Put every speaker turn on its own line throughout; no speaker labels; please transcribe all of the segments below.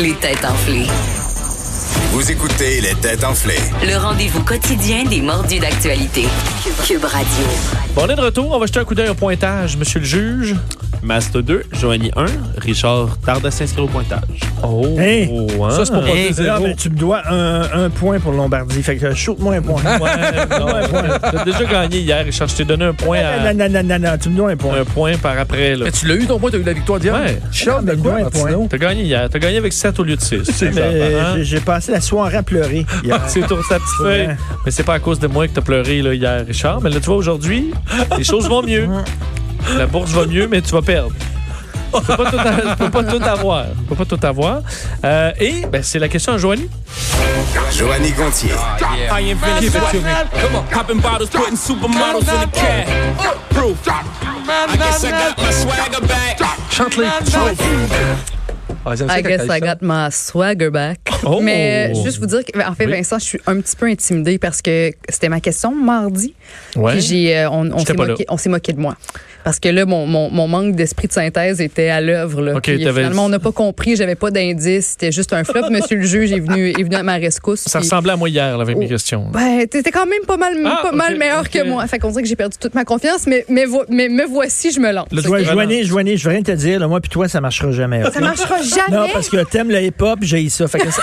Les têtes enflées.
Vous écoutez les têtes enflées.
Le rendez-vous quotidien des mordus d'actualité. Cube Radio.
Bon, on est de retour. On va jeter un coup d'œil au pointage, monsieur le juge.
Master 2, Joanie 1, Richard tarde à s'inscrire au pointage.
Oh,
Hey!
oh, hein?
Ça, c'est pour
Hey!
pas
Ah, mais tu me dois un, un point pour Lombardie. Fait que shoot-moi un
Hein?
point.
Ouais, non, ouais. T'as déjà gagné hier, Richard. Je t'ai donné un point, à-
non, non, non, non, non, tu me dois un point.
un point par après. Là.
Mais Ben, tu l'as eu ton point, t'as eu la victoire d'hier.
Ouais.
Charles,
Ah,
de
ben,
quoi,
ouais, point.
Martineau?
T'as gagné hier. T'as gagné avec 7 au lieu de 6.
Mais j'ai- J'ai passé la soirée à pleurer. hier.
hein? Ah, C'est tout satisfait.
Ouais.
Mais c'est pas à cause de moi que t'as pleuré là, hier, Richard. Mais là, tu vois, aujourd'hui, les choses vont mieux. La bourse va mieux, mais tu vas perdre. Tu peux pas tout, a- tu peux pas tout avoir. Tu peux pas tout avoir. Euh, et ben, c'est la question à Joanie.
Joanny Gontier.
I ain't
Ah,
finished with you. Come on, popping bottles, putting supermodels in the cab. Proof. I guess I got my swagger back.
Chante-les. Chante. Ah, j'aime ça
I
quand
guess
elle
I
chante.
got my swagger back.
Oh!
Mais euh, juste vous dire que, en fait,
Oui.
Vincent, je suis un petit peu intimidée parce que c'était ma question mardi.
Ouais.
Puis j'ai, euh, on, on
J'étais
s'est
pas là.
moqué, on s'est moqué de moi. Parce que là, mon, mon, mon manque d'esprit de synthèse était à l'œuvre. là.
OK,
Puis
t'avais-
finalement, on n'a pas compris, j'avais pas d'indice, c'était juste un flop. Monsieur le juge est venu, est venu à ma rescousse.
Ça
puis-
ressemblait à moi hier là, avec mes
Oh.
questions.
Ben, t'étais quand même pas mal,
Ah,
pas
ok,
mal meilleur
ok.
que moi. Fait qu'on dirait que j'ai perdu toute ma confiance, mais, mais, vo- mais me voici, je me lance.
Le
Ouais,
doigt
Joanie, Joanie, je veux rien te dire. là, moi puis toi, ça marchera jamais.
Ça marchera jamais.
Non, parce que t'aimes le hip-hop, j'ai ça. Fait que ça-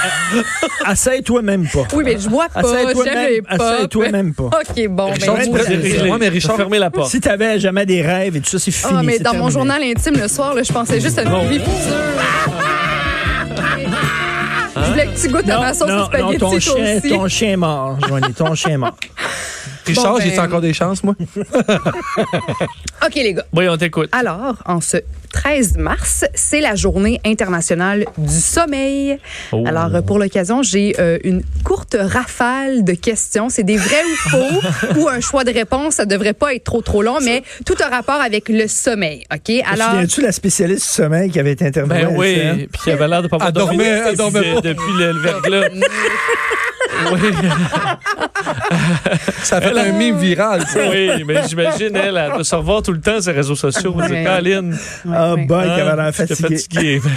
Asseye-toi même pas.
Oui, mais je bois pas,
Asseye-toi
j'aime
même-
les pop.
asseye-toi même pas.
OK, bon,
Richard,
ben,
tu
vous-
pourrais-
Fermez
Ouais, mais Richard-
la porte.
Si t'avais jamais des rêves et tout ça, c'est fini.
Ah, mais
c'est
dans mon
terminé.
journal intime le soir, là, je pensais juste à une vie Je voulais que tu goûtes à
Non,
ma sauce
non, non,
spaghetti, toi
ton chien,
aussi.
ton chien est mort, Joanie, ton chien est mort.
Richard,
Bon, ben-
j'ai encore des chances, moi.
OK, les gars.
Oui, on t'écoute.
Alors, en ce 13 mars, c'est la journée internationale du sommeil.
Oh.
Alors, euh, pour l'occasion, j'ai euh, une courte rafale de questions. C'est des vrais ou faux ou un choix de réponse. Ça devrait pas être trop, trop long, mais tout a rapport avec le sommeil. OK?
Alors...
Alors,
Souviens-tu la spécialiste du sommeil qui avait été intervenue?
Ben
à LCN?
oui, puis il avait l'air de pas avoir
Elle dormait- elle dormait
depuis-
pas.
depuis le, le verglas. oui,
Ça fait un mime viral. ça.
oui, mais j'imagine, elle, elle doit se revoir tout le temps ses réseaux sociaux. On dit,
Ouais.
Caroline,
Ah,
Ouais.
boy, qui avait
hein,
l'air
t'es
fatigué.
fatiguée.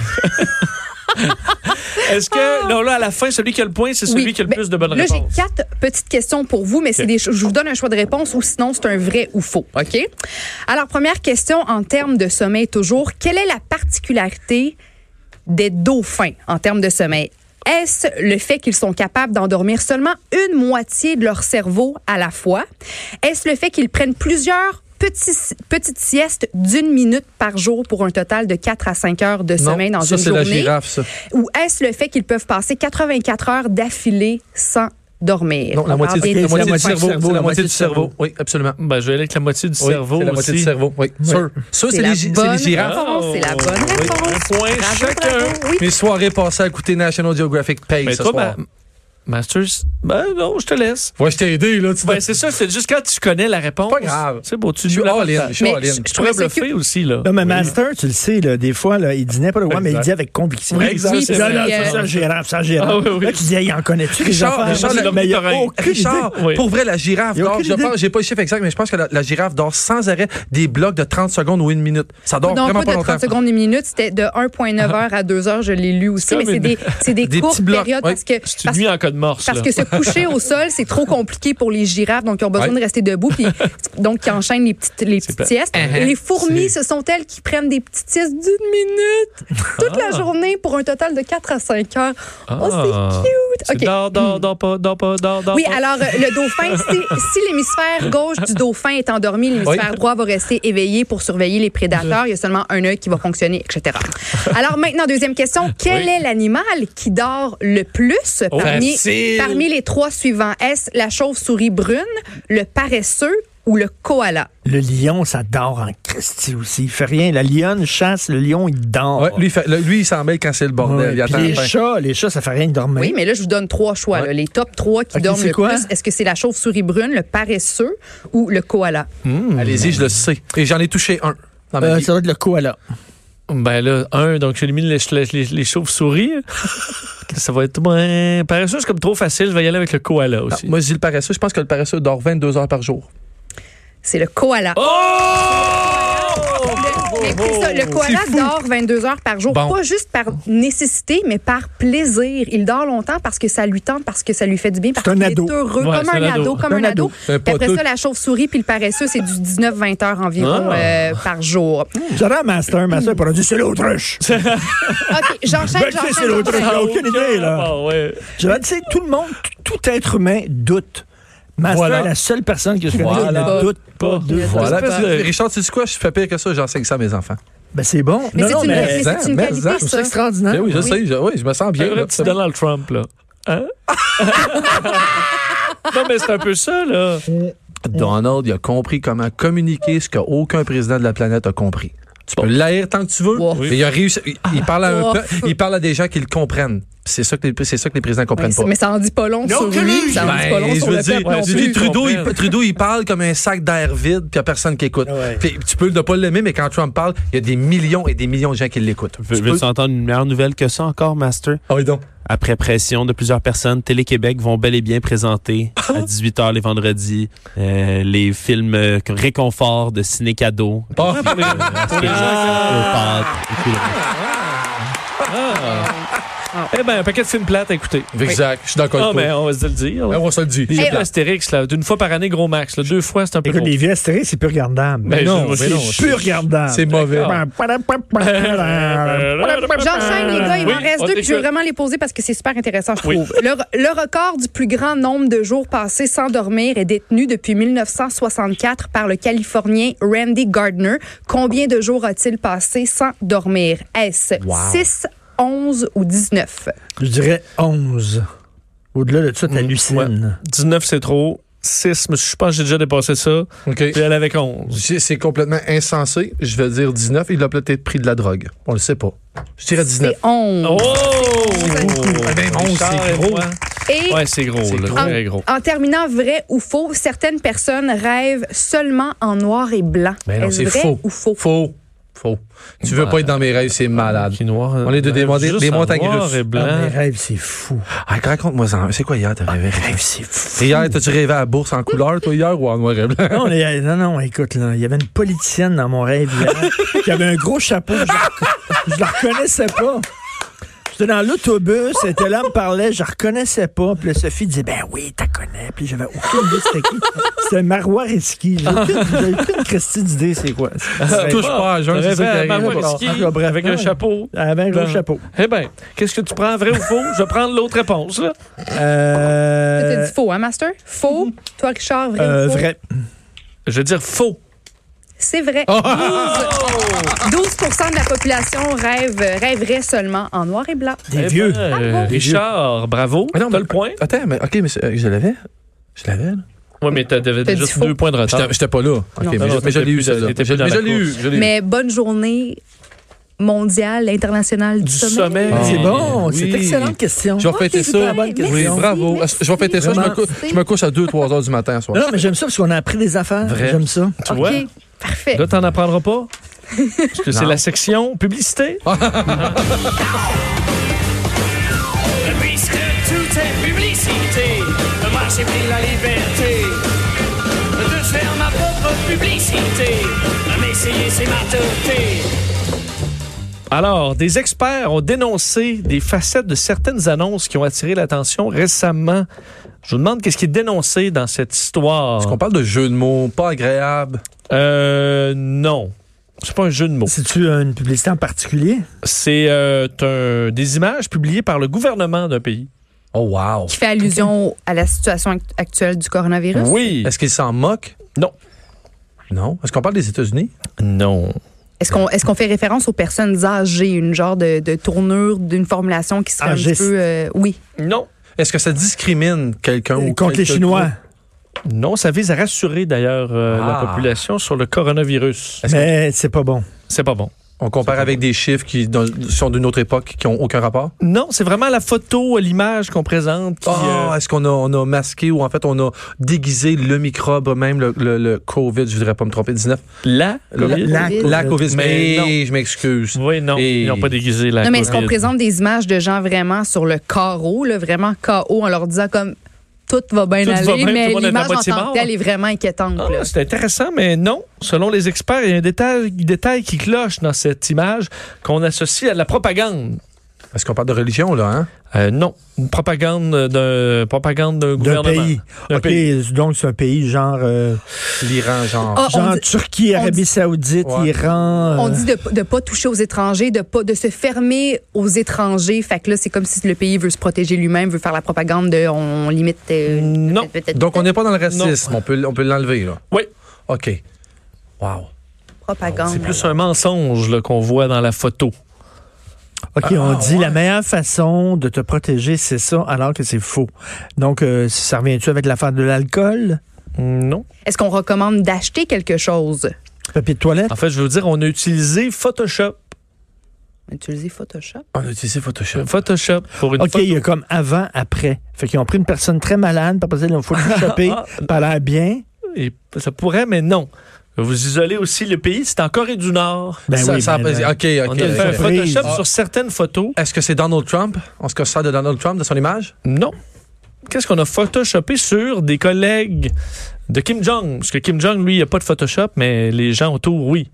Est-ce que, non, là, à la fin, celui qui a le point, c'est celui
Ah. Oui,
qui a le
ben,
plus de bonnes
là,
réponses?
j'ai quatre petites questions pour vous, mais c'est
Ok.
des cho- je vous donne un choix de réponse ou sinon c'est un vrai ou faux. OK? Alors, première question en termes de sommeil toujours. Quelle est la particularité des dauphins en termes de sommeil? Est-ce le fait qu'ils sont capables d'endormir seulement une moitié de leur cerveau à la fois? Est-ce le fait qu'ils prennent plusieurs petits- petites siestes d'une minute par jour pour un total de 4 à 5 heures de sommeil dans
ça,
une
c'est la
journée?
girafe, ça.
Ou est-ce le fait qu'ils peuvent passer 84 heures d'affilée sans dormir?
Non, la
On
moitié,
parle
du-
bien
la
de
moitié du
cinq
cerveau. Ah,
cerveaux.
C'est la moitié du cerveau. Oui, absolument.
Ben, je vais aller avec la moitié du
Oui,
cerveau
c'est la
aussi.
moitié du cerveau, oui. Sûr. Ça,
C'est
c'est
la
les, gi- c'est les Oh,
bonne
girafes.
réponse. C'est la bonne
Oui,
réponse.
un point
Bravo,
chacun.
bravo. Oui.
Mes soirées passées à écouter National Geographic Pay
Mais
ce
toi,
soir.
ma- Masters, ben non, je te laisse.
Ouais, je t'ai aidé, là. Tu
Ben, c'est ça, c'est juste quand tu connais la réponse.
Pas grave.
C'est beau, tu
Je
joues
suis
la
all-in. Je suis
Mais
all-in.
Tu pourrais
trouvais ça
bluffer aussi, là.
Non, mais Master, tu le sais, là, des fois, là, il dit n'importe quoi, mais il
Exact.
dit avec conviction.
Oui, exact,
Oui, c'est
Non,
vrai.
non, c'est ça, gérable, ça, gérable.
Ah, oui, oui.
Là, tu dis, hey, il en connaît-tu, les
Richard,
affaires?
Richard,
Moi,
le
mais il y a
Mitterrand.
aucune idée.
Richard,
Oui.
pour vrai, la girafe
Il y a
dort.
aucune
Je
idée.
pense, j'ai pas le chiffre exact, mais je pense que la, la girafe dort sans arrêt des blocs de 30 secondes ou une minute. Ça dort
Non,
vraiment
pas
pas,
de 30
longtemps. Ah.
secondes une minute, c'était de 1,9 heures à 2 heures, je l'ai lu aussi,
C'est
mais
comme
c'est
une-
des, c'est des
Des
courtes
petits blocs,
périodes
oui.
parce que.
C'est une
parce-
nuit en code morse,
Parce
là.
que se coucher au sol, c'est trop compliqué pour les girafes, donc ils ont besoin
Ouais.
de rester debout, puis donc qui enchaînent les petites, les petites
plate.
siestes.
Uh-huh.
Et les fourmis, ce sont elles qui prennent des petites siestes d'une minute toute la journée pour un total de 4 à 5 heures. Oh,
Ah. C'est
c'est cute! OK.
Dors,
Hmm.
dors, dors pas, dors pas, dors, dors
Oui,
pas.
alors euh, le dauphin, si, si l'hémisphère gauche du dauphin est endormi, l'hémisphère
Oui.
droit va rester éveillé pour surveiller les prédateurs. Il y a seulement un œil qui va fonctionner, etc. Alors maintenant, deuxième question. Quel
Oui.
est l'animal qui dort le plus
Oh,
parmi,
facile.
parmi les trois suivants? Est-ce la chauve-souris brune, le paresseux ou le koala?
Le lion, ça dort en Christie aussi. Il fait rien. La lionne chasse, le lion, il dort.
Ouais, lui, il fait- là, lui, il s'en mêle quand c'est le
Ouais,
bordel. il
puis
attend
les
la fin.
chats, les chats, ça fait rien de dormir.
Oui, mais là, je vous donne trois choix. là. les top trois qui
Ok,
dorment
c'est
le
quoi?
plus. Est-ce que c'est la chauve-souris brune, le paresseux ou le koala?
Allez-y, je le sais. Et j'en ai touché un dans ma
Euh,
vie.
ça doit être le koala.
Ben là, un, donc j'élimine les, les, les, les chauves-souris. ça va être moins paresseux, c'est comme trop facile. Je vais y aller avec le koala
Ah,
aussi.
moi, je dis le paresseux. Je pense que le paresseux dort 22 heures par jour.
C'est le koala.
Oh!
Le Mais c'est ça, le koala dort 22 heures par jour,
Bon.
pas juste par nécessité, mais par plaisir. Il dort longtemps parce que ça lui tente, parce que ça lui fait du bien, parce
C'est un
qu'il
ado.
est heureux,
Ouais,
comme
c'est
un
un
ado,
ado.
comme un
un ado.
ado.
C'est un
Puis après
poteux.
ça, la chauve-souris puis le paresseux, c'est du 19-20 heures environ
Ah.
euh, par jour.
J'aurais un master, master pour dire c'est l'autruche.
OK, j'enchaîne,
Ben, tu sais, c'est
j'enchaîne.
l'autruche,
j'enchaîne.
j'ai aucune idée, là.
Ah, ouais.
J'aurais tu sais, tout le monde, t- tout être humain doute. Master
Voilà.
est la seule personne que je connais
Voilà.
qui ne doute pas.
Pas.
de-
Voilà.
Pas.
Parce que, Richard, tu sais quoi? Je fais pire que ça, j'enseigne ça à mes enfants.
Ben, c'est bon.
Mais
non,
c'est
non,
une,
mais
mais c'est une
mais-
qualité,
c'est
ça.
extraordinaire.
Eh oui, je
Ah
sais, je, oui, je me sens
Un
bien.
vrai
là,
petit
tu sais.
Donald Trump, là. Hein? non, mais c'est un peu ça, là.
Donald, il a compris comment communiquer ce qu'aucun président de la planète a compris. Tu peux l'haïr tant que tu veux,
Wow. Ah.
mais il a réussi. Il, il parle à un
Wow.
peu- il parle à des gens qui le comprennent. Puis C'est ça que les, c'est ça que les présidents
Ouais,
comprennent
c'est-
pas.
mais ça en dit pas long sur lui, ça en dit pas long
Ben, je
sur
veux
le
dire,
peuple non
tu
plus.
dis Trudeau,
comprennent.
il, Trudeau, il parle comme un sac d'air vide, puis il n'y a personne qui écoute.
Ouais.
Puis tu peux ne pas l'aimer, mais quand Trump parle, il y a des millions et des millions de gens qui l'écoutent.
Veux- Veux-tu entendre une meilleure nouvelle que ça encore, Master?
Ah oui, donc.
Après pression de plusieurs personnes, Télé-Québec vont bel et bien présenter à 18h les vendredis euh, les films euh, réconfort de Ciné Cadeau. euh,
Bon. Ah!
Eh bien, un paquet de films plates à écouter.
Exact, je suis d'accord
Ah,
avec toi.
ben, on va se le dire. là.
Ben, on se le
Les
dit. C'est
films
plate.
Astérix, là, d'une fois par année, gros max. là. Deux fois, c'est un peu
Écoute,
trop.
les vieux Astérix, c'est plus regardable.
Ben,
non,
je-
mais non,
je-
C'est plus regardable. Ah.
C'est mauvais.
Ah.
J'enchaîne, les gars, il
Oui,
m'en reste
on
deux, puis je veux
t'écoute.
vraiment les poser parce que c'est super intéressant, je trouve.
Oui.
Le, le record du plus grand nombre de jours passés sans dormir est détenu depuis 1964 par le Californien Randy Gardner. Combien de jours a-t-il passé sans dormir? Est-ce 6, 11 ou 19?
Je dirais 11. Au-delà de ça,
Mm,
t'hallucines.
19, c'est trop. 6, mais je pense que j'ai déjà dépassé ça.
OK.
Puis elle avec 11.
C'est c'est complètement insensé. Je vais dire 19. Il a peut-être pris de la drogue. On le sait pas. Je dirais 19.
C'est 11.
Oh!
Même 11,
Richard
c'est
et
gros.
moi.
Et
Ouais, c'est gros, là.
en,
Très gros.
en terminant, vrai ou faux, certaines personnes rêvent seulement en noir et blanc.
Mais Ben non,
Est-ce
c'est
vrai
faux.
ou faux?
Faux. Faux. Tu veux pas être dans mes rêves, c'est hein. malade.
Qui est noir,
On est de- des-
euh,
des-
juste
des
en
montagnes
noir
russes.
et blanc.
Ah, mes rêves, c'est fou.
Ah, Raconte-moi ça. C'est quoi hier, t'as rêvé?
Rêve, c'est fou.
Hier, t'as-tu rêvé à la bourse en couleur, toi, hier, ou en noir et blanc?
Non, les- non, non, écoute, là, il y avait une politicienne dans mon rêve hier qui avait un gros chapeau. Je la, rec- je la reconnaissais pas. J'étais dans l'autobus, elle était là, elle me parlait, je la reconnaissais pas. Puis là, Sophie disait, ben oui, t'as connais. Puis j'avais aucune idée c'était qui. C'était Marois Risky. J'ai aucune, j'ai aucune Christie d'idée, c'est quoi. C'est-
Touche
Ah,
pas à jeun, c'est ça qui
Rêvait à
arrive.
Marwalski
Ah, bref,
ben, avec
ouais.
un chapeau.
Elle avait un gros
Ben.
chapeau.
Eh bien, qu'est-ce que tu prends, vrai ou faux? Je vais prendre l'autre réponse, là.
Euh,
T'as dit faux, hein, Master? Faux. Toi, Richard, vrai
euh,
ou faux?
vrai.
Je veux dire faux.
C'est vrai.
Oh!
12, 12 de la population rêve, rêverait seulement en noir et blanc.
Des
Eh
vieux.
ben,
Ah,
euh, Richard, bravo.
Mais non,
T'as
mais-
le point.
Attends, mais OK, mais c'est- euh, je l'avais? Je l'avais, là?
Oui, mais t'as- t'avais
T'as dit
juste
faux.
deux points de retard.
J'étais- J'étais pas là. OK,
Non,
mais
non,
je- mais je
t'étais
l'ai
plus-
eu, celle-là.
t'étais
Je-
plus dans
Mais je
la
l'ai eu,
course.
je l'ai eu.
Mais bonne journée mondiale, internationale du,
Du sommeil.
Ah, C'est bon,
oui.
c'est une excellente question.
Je vais fêter
super
ça.
bonne
Oui,
question.
bravo. Ah,
Merci,
Je vais fêter ça. Je me,
merci.
cou- je me couche à 2-3 heures du matin à soir.
Non, non, mais j'aime ça parce qu'on a appris des affaires.
Vrai.
J'aime ça.
Tu vois?
OK, parfait.
Là, t'en apprendras pas. Parce que c'est la section publicité.
Tout est publicité, le marché pris la liberté de faire ma propre publicité. À m'essayer, c'est ma teuté.
Alors, des experts ont dénoncé des facettes de certaines annonces qui ont attiré l'attention récemment. Je vous demande qu'est-ce qui est dénoncé dans cette histoire.
Est-ce qu'on parle de jeu de mots pas agréable?
Euh, non. C'est pas un jeu de mots.
C'est-tu une publicité en particulier?
C'est euh, un- des images publiées par le gouvernement d'un pays.
Oh, wow.
Qui fait allusion à la situation act- actuelle du coronavirus.
Oui.
Est-ce qu'ils s'en moquent?
Non.
Non. Est-ce qu'on parle des États-Unis?
Non.
Est-ce qu'on est-ce qu'on fait référence aux personnes âgées, une genre de, de tournure, d'une formulation qui serait un petit
Âgiste.
peu... euh, oui.
Non.
Est-ce que ça discrimine quelqu'un ou
Euh, Contre les
quelque-
Chinois.
Non, ça vise à rassurer d'ailleurs euh,
Ah.
la population sur le coronavirus.
Est-ce
Mais c'est pas bon.
C'est pas bon.
On compare avec des chiffres qui dans- sont d'une autre époque, qui n'ont aucun rapport?
Non, c'est vraiment la photo, l'image qu'on présente. qui,
Ah,
euh,
est-ce qu'on a, on a masqué ou en fait on a déguisé le microbe, même le, le- le COVID, je voudrais pas me tromper, 19?
la,
Le-
COVID.
la-
La COVID,
Mais
mais
non.
je m'excuse.
Oui, non,
Et-
ils n'ont pas déguisé la
Non, mais est-ce qu'on
COVID.
présente des images de gens vraiment sur le carreau, là, vraiment KO, en leur disant comme tout va bien
Tout va
aller,
bien, tout le
mais
monde est à
l'image en
moitié
tant
mort.
que telle est vraiment inquiétante.
Ah,
là.
c'est intéressant, mais non. Selon les experts, il y a un détail, détail qui cloche dans cette image qu'on associe à de la propagande.
Est-ce qu'on parle de religion, là, hein?
Euh, non, une propagande d'un propagande d'un
D'un
gouvernement.
pays.
D'un
OK,
pays.
donc c'est un pays genre, euh,
L'Iran, genre.
Ah, on
genre
dit-
Turquie,
on
Arabie
dit-
Saoudite,
Ouais.
Iran.
On
euh,
dit de ne pas toucher aux étrangers, de pas de se fermer aux étrangers. Fait que là, c'est comme si le pays veut se protéger lui-même, veut faire la propagande de on limite. euh,
Non.
peut-être-
Donc, on n'est pas dans le racisme. On peut, on peut l'enlever, là.
Oui.
OK.
Wow.
propagande.
C'est plus un mensonge là, qu'on voit dans la photo.
OK,
Ah,
on dit la meilleure façon de te protéger, c'est ça, alors que c'est faux. Donc, euh, ça revient-tu avec l'affaire de l'alcool?
Non.
Est-ce qu'on recommande d'acheter quelque chose?
Papier de toilette?
En fait, je veux dire, on a utilisé Photoshop.
Utiliser Photoshop.
On a utilisé Photoshop.
Photoshop pour une
OK,
photo.
il y a comme avant, après. Fait qu'ils ont pris une personne très malade, puis après ça, ils l'ont faut le choper, puis elle a l'air bien.
Et ça pourrait, mais non. Vous isolez aussi le pays. C'est en Corée du Nord.
Ben
Ça-
oui,
ça- Ah,
ben, ben,
OK, OK.
on a fait un
OK.
surprise.
Photoshop
Ah.
sur certaines photos.
Est-ce que c'est Donald Trump? On se sert de Donald Trump, de son image?
Non. Qu'est-ce qu'on a photoshopé sur des collègues de Kim Jong? Parce que Kim Jong, lui, il n'y a pas de Photoshop, mais les gens autour, oui.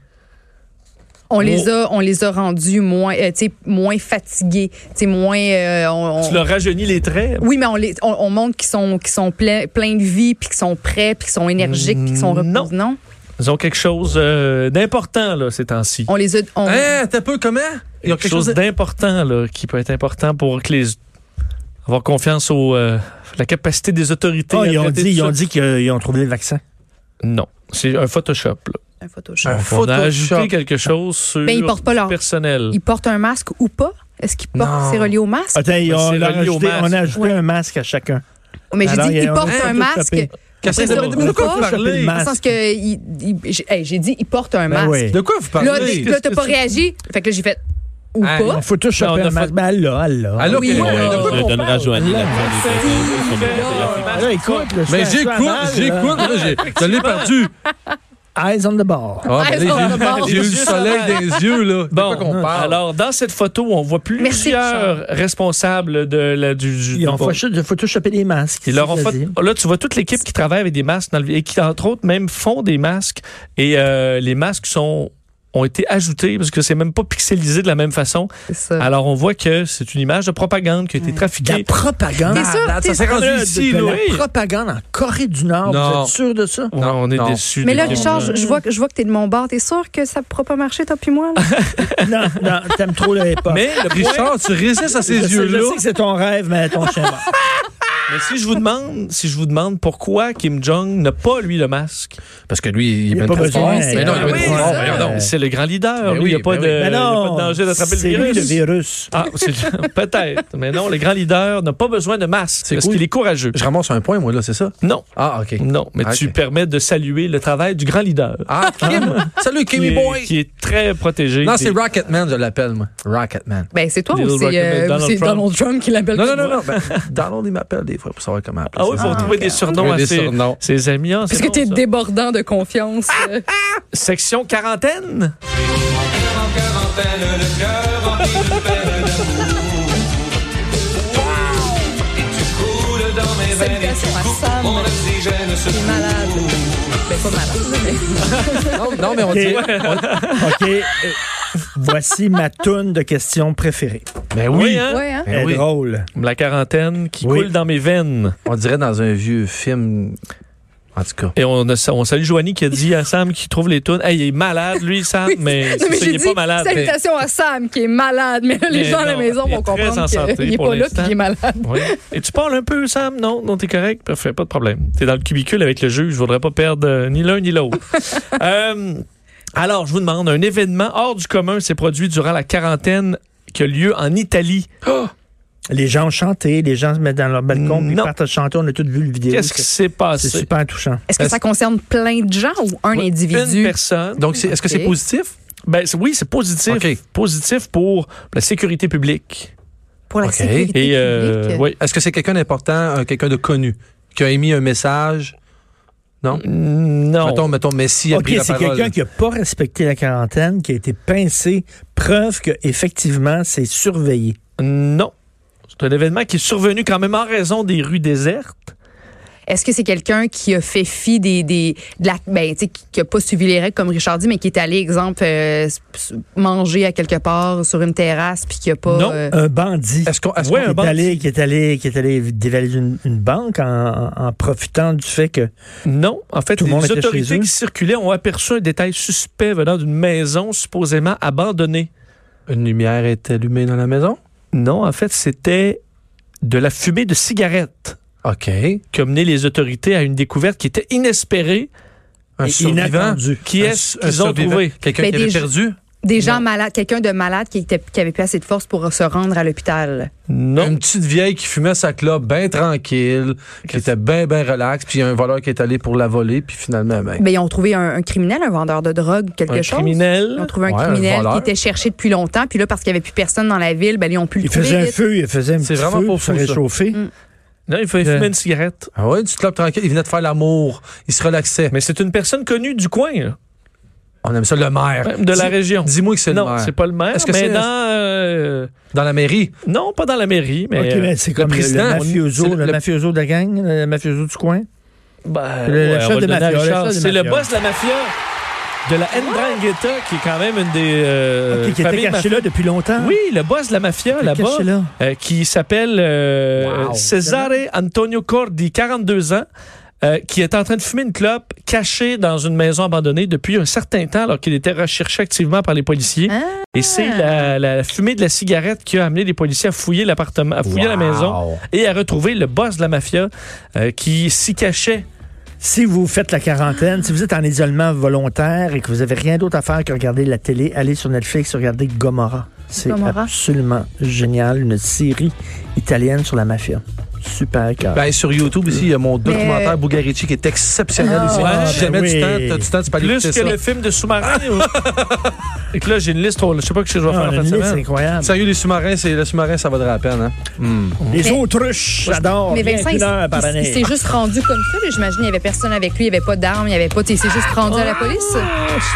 On les
Oh.
a, on les a rendus moins, euh, tu sais, moins fatigués, tu sais, moins. euh, on- on-
Tu leur rajeunis les traits.
oui, mais on, les, on, on montre qu'ils sont, qu'ils sont pleins pleins de vie, puis qu'ils sont prêts, puis qu'ils sont énergiques, puis qu'ils
Mm,
sont
Non.
reposés. Non.
Ils ont quelque chose euh, d'important, là, ces temps-ci.
On les a. on-
Hein? T'as peu comment? Il y a
quelque, chose d'important là, qui peut être important pour que les avoir confiance au euh, la capacité des autorités.
Ah,
à
ils ont
traiter
dit,
tout
ils ont
ça.
dit qu'ils ont trouvé le vaccin.
non, c'est un Photoshop. là.
Un Photoshop.
Un
On a
Photoshop.
ajouté quelque chose sur
Ben, ils portent pas
du
leur-
personnel.
Ils portent un masque ou pas? Est-ce qu'ils portent,
Non.
Ah, c'est relié au masque?
Attends, ils
Mais
ont-
c'est
on, a
relié au
ajouté,
masque.
on a ajouté un masque à chacun.
Mais j'ai
Alors,
dit,
il y a-
ils
on
portent
a
un
tout
masque.
tapé.
Qu'est-ce
Après
que-
ça,
de- de
ou
quoi vous
pas?
Le
parlez?
Dans le sens que il- il- j'ai hey, j'ai dit, il porte un
Ben
masque.
oui.
De quoi vous
Là,
parlez?
là, t'as pas réagi. Fait que là, j'ai fait, ou
Ah,
pas.
Il faut tous choper
on a
un masque.
fait-
Ben, elle l'a, elle l'a.
Allô,
Oui,
quel-
ouais.
Ouais,
De
euh, Je
quoi on
donnerai à
parle?
Joanie la fin des photos sur le-
Là, écoute, là, je
Mais
suis
j'écoute,
à cheval, là.
j'écoute. là, j'ai- Je l'ai perdu.
Eyes on the ball.
Ah, mais
Ah,
là,
c'est bon.
j'ai j'ai eu le soleil dans les yeux, là. De
Bon,
quoi qu'on parle?
alors dans cette photo, on voit
Merci,
plusieurs responsables de la du. du-
Ils ont
du-
photoshopé- ils ont photoshopé des masques.
Ils leur ont
c'est
fait-
dit.
Là, tu vois toute l'équipe qui travaille avec des masques dans le- et qui, entre autres, même font des masques. Et euh, les masques sont, ont été ajoutés parce que c'est même pas pixelisé de la même façon.
C'est ça.
Alors, on voit que c'est une image de propagande qui a été
De la
trafiquée.
propagande.
T'es sûr?
Malade,
t'es-
ça s'est rendu
Là,
ici,
De
là.
la propagande en Corée du Nord. Vous
Non.
êtes sûr de ça?
Non, on est
non.
déçus.
Mais
des
là,
gens.
Richard, je je vois, que- je vois que t'es de mon bord. T'es sûr que ça pourra pas marcher, toi puis moi? là?
non, non, t'aimes trop l'époque.
Mais, le point-
Richard, tu résistes à
Je
ces
sais-
yeux-là.
Je sais que c'est ton rêve, mais ton chien mort.
mais si je vous demande, si je vous demande pourquoi Kim Jong n'a pas lui le masque,
Parce que lui, il
Il
est
n'y a pas besoin.
force,
Mais non,
Ah
il y a pas
oui,
de force,
ça.
mais non.
c'est le grand leader.
Ben
lui,
oui,
il n'y a pas
ben
de,
oui.
il
Ben
y a
non,
pas de danger d'attraper
c'est lui,
le virus.
virus.
Ah, c'est- peut-être. Mais non, le grand leader n'a pas besoin de masque
C'est
parce
cool.
qu'il est courageux.
Je ramasse un point, moi, là, c'est ça?
Non.
Ah, OK.
Non, mais
Ah,
tu
ok.
permets de saluer le travail du grand leader.
Ah, Kim! Salut,
Qui
Kimmy
est,
Boy!
qui est très protégé.
Non,
des-
c'est Rocketman, je l'appelle, moi. Rocketman.
Ben, c'est toi
Little
ou c'est
Rocket,
euh,
Donald
c'est
Trump.
Donald Trump qui l'appelle
Non,
comme
non, non,
moi?
non. ben, Donald, il m'appelle des fois pour savoir comment appeler.
Ah oui, faut trouver des surnoms
Trouver
à
des
ses,
surnoms.
ses amis. Ah,
Parce
c'est
que
bon,
t'es
ça. Ah!
débordant de confiance. euh.
Section quarantaine.
Salutations
Eh ben,
à Sam. T'es malade. Ben, pas malade, mais-
Non, non, mais on dit.
OK. euh, Voici ma toune de questions préférée.
Ben
Oui,
oui!
hein?
Ouais, hein?
Ben
Elle est
oui.
drôle.
La quarantaine qui
Oui.
coule dans mes veines.
On dirait dans un vieux film. En tout cas.
Et on, a- on salue Joanie qui a dit à Sam qui trouve les tunes. Hey, il est malade, lui, Sam, mais,
Non,
c'est
mais
ça,
j'ai
il est
dit,
pas malade.
Salutations à Sam qui est malade, mais là, les
Mais
gens à la
non,
maison
il est
vont
très en
comprendre
santé
qu'il n'est
pour
pas là puis
l'instant.
qu'il est malade.
Oui. Et tu parles un peu, Sam? Non, non, t'es correct? Parfait, pas de problème. T'es dans le cubicule avec le juge, je voudrais pas perdre euh, ni l'un ni l'autre. Euh, alors, je vous demande, un événement hors du commun s'est produit durant la quarantaine qui a lieu en Italie.
Les gens ont chanté, les gens se mettent dans leur balcon, puis ils
Non.
partent à chanter. On a tous vu le vidéo.
Qu'est-ce qui
C'est-
s'est
C'est
passé?
super touchant.
Est-ce que ça concerne plein de gens ou un
Oui, Une
individu?
personne.
Donc, c'est- est-ce que c'est
Ok.
positif?
Ben, c'est- oui, c'est positif.
OK.
Positif pour la sécurité publique.
Pour la
Ok.
sécurité
Et euh,
publique.
oui.
Est-ce que c'est quelqu'un d'important, euh, quelqu'un de connu, qui a émis un message? Non?
Non.
Mettons, mettons, Messi a
OK,
pris la
c'est
parole.
quelqu'un qui n'a pas respecté la quarantaine, qui a été pincé. Preuve qu'effectivement, c'est surveillé.
Non. C'est un événement qui est survenu quand même en raison des rues désertes.
Est-ce que c'est quelqu'un qui a fait fi des, des de la, ben, tu sais, qui, qui a pas suivi les règles comme Richard dit, mais qui est allé, exemple, euh, s- s- manger à quelque part sur une terrasse puis qui a pas.
Non.
euh,
Un bandit.
Est-ce qu'on. est-ce
Ouais,
qui
un
est
bandit.
allé, qui est allé, qui est allé dévaliser une, une banque en, en- en profitant du fait que
Non, en fait,
Tout le
les
monde était chez
autorités
eux.
qui circulaient ont aperçu un détail suspect venant d'une maison supposément abandonnée.
qu'on- Une lumière est allumée dans la maison?
Non, en fait, c'était de la fumée de cigarettes
OK.
qui a mené les autorités à une découverte qui était inespérée.
Un
Et
survivant.
inattendu.
Qui est-ce qu'ils ont trouvé?
Quelqu'un
Ben,
qui avait
des-
perdu?
des gens malades, quelqu'un de malade qui était, qui avait plus assez de force pour se rendre à l'hôpital.
Non.
Une petite vieille qui fumait sa clope bien tranquille, qui était bien, bien relax, puis il y a un voleur qui est allé pour la voler, puis finalement, ben,
Ben, ils ont trouvé un, un criminel, un vendeur de drogue, quelque
Un
chose. Ils ont
criminel.
trouvé un
Ouais, un
criminel
voleur.
qui était cherché depuis longtemps, puis là, parce qu'il n'y avait plus personne dans la ville, ben, ils ont pu le
il
trouver.
faisait un
vite.
feu, il faisait un
C'est
petit
vraiment
feu
pas
pour se
fou, ça.
réchauffer.
Non, il fallait
Euh.
fumer une cigarette.
Ah ouais, une petite clope tranquille. Il venait de faire l'amour. Il se relaxait.
Mais c'est une personne connue du coin, là,
On aime ça, le maire.
de la
Dis-
région.
Dis-moi que c'est le
Non,
maire.
c'est pas le maire,
Est-ce que
mais
c'est-
dans... euh,
Dans la mairie.
non, pas dans la mairie, mais...
Ok,
euh,
mais c'est comme le, le
président, on- c'est
mafioso,
le-
le,
le-
mafioso de la gang, le mafioso du coin.
Ben,
Le- le chef
on va
de
donner à
mafia, le
Richard.
chef de
C'est le
mafia.
boss de la mafia de la Ndrangheta, qui est quand même une des euh,
Ok, qui était
familles
caché là depuis longtemps.
maf- Oui, le boss de la mafia là-bas,
caché là.
euh, qui s'appelle euh, Cesare Antonio Cordi, 42 ans. euh, qui est en train de fumer une clope cachée dans une maison abandonnée depuis un certain temps alors qu'il était recherché activement par les policiers.
Ah.
Et c'est la, la fumée de la cigarette qui a amené les policiers à fouiller l'appartement, à fouiller la maison et à retrouver le boss de la mafia euh, qui s'y cachait
Si vous faites la quarantaine, si vous êtes en isolement volontaire et que vous avez rien d'autre à faire que regarder la télé, allez sur Netflix, regardez Gomorra. C'est
Gomorrah.
absolument génial, une série italienne sur la mafia. Super cœur.
Ben, sur YouTube aussi, il y a mon documentaire
euh,
Bugarici qui est exceptionnel
Ah,
aussi.
ouais,
si jamais
ben
tu
oui.
temps, t'as du temps, tu peux aller
Plus
écouter
que
ça.
le film de sous-marin. Et que là, j'ai une liste, oh, je sais pas ce que je vais
Ah,
faire en
une
fin de
liste
semaine.
incroyable.
Sérieux, les sous-marins, c'est le sous-marin, ça vaudra la peine. Hein?
Les
Mais-
autruches, j'adore.
Mais
Bien
Vincent, il,
qu'une heure par
il- il
année.
s'est juste rendu comme ça. là. J'imagine, il n'y avait personne avec lui, il n'y avait pas d'armes, il n'y avait pas. Il s'est juste rendu à la police.
Ah,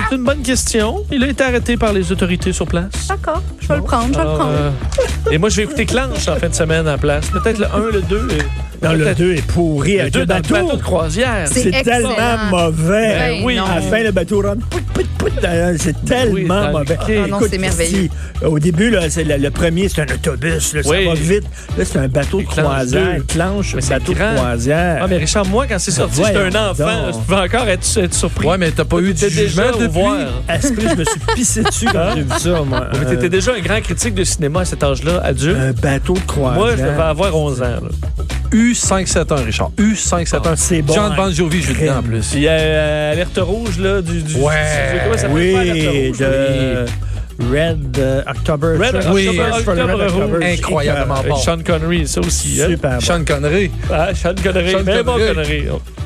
C'est une bonne question. Il a été arrêté par les autorités sur place.
D'accord, je vais le prendre, je vais le
Alors,
prendre.
euh, et moi, je vais écouter Clanche en fin de semaine en place. Peut-être le 1, le 2. Et...
Non, le
peut-être
2 est pourri
le
avec
2
le
dans le bateau
bateau.
de croisière.
C'est
C'est
excellent.
tellement mauvais.
Ben
oui,
non.
À la fin, le bateau rentre. pout, pout, pout, derrière. C'est
Ben Oui,
tellement
dans le
mauvais.
quai. Ah
non,
Écoute,
c'est merveilleux.
si, au début, là, c'est le, le premier, c'est un autobus. là,
Oui.
Ça va vite. Là, c'est un bateau de
Il clenche
croisière.
deux.
Il clenche,
Mais c'est
bateau de
grand.
croisière.
Ah, mais Richard, moi, quand c'est sorti,
Ah,
j'étais un
voyons
enfant.
donc.
Je pouvais encore être, être surpris.
Ouais, mais t'as pas eu du
T'étais
jugement
déjà au
depuis.
voir.
Esprit, je me suis pissé dessus quand j'ai vu ça, moi.
Mais t'étais déjà un grand critique de cinéma à cet âge-là, adulte.
Un bateau de croisière.
moi, je devais avoir 11 ans. là.
U571, Richard.
Ah.
U571.
c'est bon,
John
hein.
Bon Jovi, je le dis en plus.
Puis euh, alerte rouge, là, du... du
Ouais.
du- comment ça s'appelle
Ben Oui,
pas, alerte rouge,
de Red euh, October.
Red
Church.
Oui.
Church for the Red
Octobre
October.
rouge.
Incroyablement
Avec
bon.
Sean Connery, ça aussi. hein?
Super. bon.
Sean Connery.
Ah, Sean Connery,
Sean
mais bon
Connery.
Connery.